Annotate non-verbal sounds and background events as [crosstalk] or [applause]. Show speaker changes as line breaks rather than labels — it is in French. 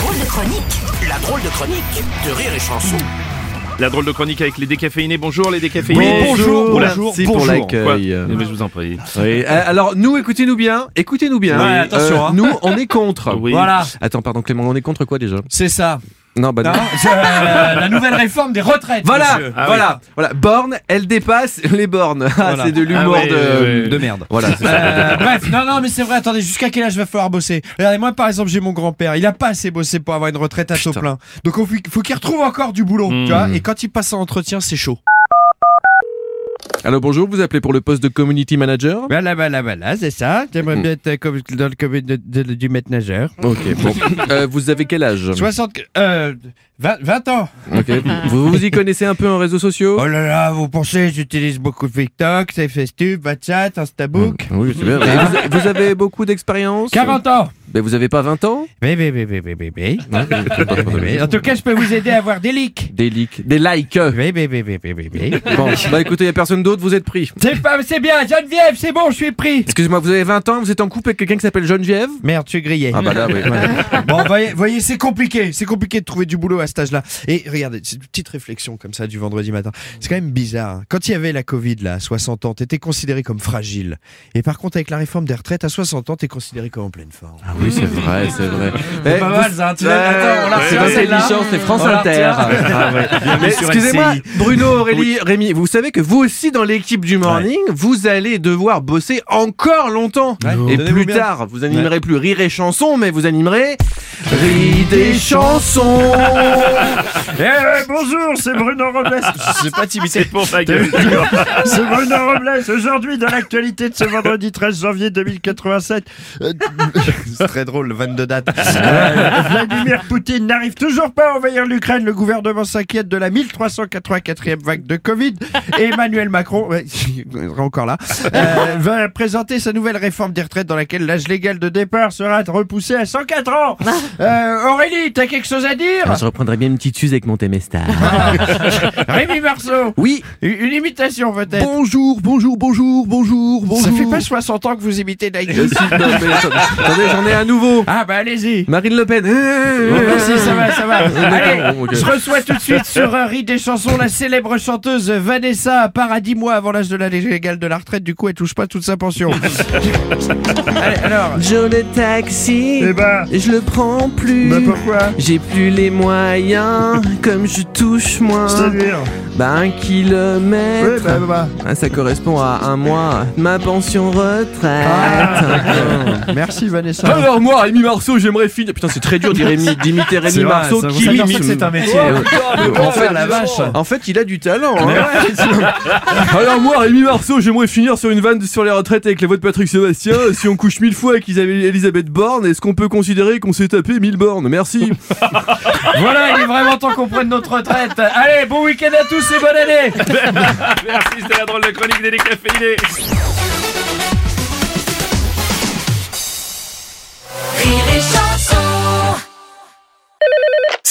drôle de chronique.
La drôle de chronique de Rire et Chanson.
La drôle de chronique avec les décaféinés. Bonjour les décaféinés.
Oui, bonjour,
Oula,
bonjour.
si,
pour
bonjour.
l'accueil.
Quoi Mais je vous en prie.
Oui, [laughs] euh, alors nous, écoutez-nous bien, écoutez-nous bien.
Ouais,
Euh,
attention, hein.
Nous, on est [laughs] contre.
Oui.
Voilà,
Attends, pardon, Clément, on est contre quoi déjà
c'est ça.
Non, bah non.
Hein C'est, euh, la, la nouvelle réforme des retraites.
Voilà,
monsieur.
Ah
voilà, voilà. Borne, elle dépasse les bornes. [laughs] Ah,
Voilà.
C'est de l'humour
Ah ouais, ouais,
de. [laughs]
ouais.
De merde.
Voilà, c'est ça.
Euh, bref, non, non, mais c'est vrai, attendez, jusqu'à quel âge va falloir bosser Regardez, moi par exemple, j'ai mon grand-père, il a pas assez bossé pour avoir une retraite à taux
Putain.
plein. Donc il faut qu'il retrouve encore du boulot,
Mm.
tu vois, et quand il passe en entretien, c'est chaud.
Alors bonjour, vous appelez pour le poste de community manager
Voilà, voilà, voilà, c'est ça. J'aimerais
Mm.
bien être euh, dans le comité du maître nageur.
Ok, bon. [laughs] Euh, vous avez quel âge
60. Euh. 20, ans
Ok. Vous vous y connaissez un peu en réseaux sociaux
Oh là là, vous pensez, j'utilise beaucoup TikTok, FaceTube, WhatsApp, Instabook.
Hmm. Oui, c'est bien. Mais vous, vous avez beaucoup d'expérience
40 ans
Mais vous avez pas 20 ans
Oui, oui, oui, oui, oui, oui, oui. Oui, hein. En tout cas, je peux vous aider à avoir des leaks.
Des likes, des likes.
Oui, oui, oui, oui, oui, oui, oui.
Bon, bah écoutez, y a personne d'autre, vous êtes pris.
C'est pas, c'est bien, Geneviève, c'est bon, je suis pris.
Excusez-moi, vous avez 20 ans, vous êtes en couple avec quelqu'un qui s'appelle Geneviève
Merde, je suis grillé.
Ah bah là, oui.
[laughs] Bon, voyez, voyez c'est compliqué. C'est compliqué de trouver du boulot à cet âge-là. Et regardez, c'est une petite réflexion comme ça du vendredi matin. C'est quand même bizarre. hein. Quand il y avait la Covid, là, à 60 ans, t'étais considéré comme fragile. Et par contre, avec la réforme des retraites, à 60 ans, t'es considéré comme en pleine forme.
Ah oui, c'est vrai, c'est vrai. Eh, vous-
ça. hein.
Ouais, c'est intelligent, c'est France
On la
Inter.
retient.
Ah ouais. Mais
sur
Excusez-moi,
LCI.
Bruno, Aurélie, Rémi, vous savez que vous aussi dans l'équipe du morning, vous allez devoir bosser encore longtemps.
Ouais.
Et
Donnez-vous
plus
bien.
tard, vous animerez plus rire et chanson, mais vous animerez rire et chanson.
[laughs] Eh, bonjour, c'est Bruno Robles. Je sais pas timidité.
[laughs] C'est pour
[laughs]
ta gueule.
[laughs] C'est Bruno Robles. Aujourd'hui, dans l'actualité de ce vendredi 13 janvier 2087, euh, [laughs] c'est très drôle, le van de date. Euh, Vladimir Poutine n'arrive toujours pas à envahir l'Ukraine. Le gouvernement s'inquiète de la 1384e vague de Covid. Et Emmanuel Macron, ouais, il sera encore là, euh, va présenter sa nouvelle réforme des retraites dans laquelle l'âge légal de départ sera repoussé à 104 ans. Euh, Aurélie, t'as quelque chose
[laughs]
à dire
Je reprendrai bien une petite Suze avec mon Temestar.
Rémi Marceau,
Oui.
une une imitation peut-être
Bonjour, bonjour, bonjour, bonjour, bonjour.
Ça fait pas 60 ans que vous imitez Nike.
Euh, si, non, mais attendez, attendez, j'en ai un nouveau.
Ah bah allez-y. Euh,
Marine Le Pen.
Merci, ça va, ça va.
[laughs]
Allez,
bon, ok.
je reçois tout de suite sur euh, Rire des chansons la célèbre chanteuse Vanessa Paradis, mois avant l'âge de la légale de la retraite, du coup elle touche pas toute
[laughs]
sa pension. Allez, alors.
Je le taxi,
Eh ben,
je le prends plus.
bah pourquoi
J'ai plus les moyens, comme je touche moins.
C'est-à-dire
Bah un
Oui,
kilomètre,
bah, bah,
Ah, ça correspond à un mois. Ma pension
Ah,
retraite.
bah. Merci Vanessa.
Alors moi, Rémi Marceau, j'aimerais finir. Putain, c'est très dur
[laughs]
d'imiter d'imiter Rémi Marceau qui imite.
métier.
en, fait,
la vache.
en fait, il a du talent. hein. [laughs] Alors moi, Rémi Marceau, j'aimerais finir sur une vanne sur les retraites avec la voix de Patrick Sébastien. Si on couche mille fois avec Isabelle- Elisabeth Borne, est-ce qu'on peut considérer qu'on s'est tapé mille bornes Merci.
Voilà, il est vraiment temps qu'on prenne notre retraite. Allez, bon week-end à tous et bonne année
Merci, c'était la drôle de chronique des décaféinés.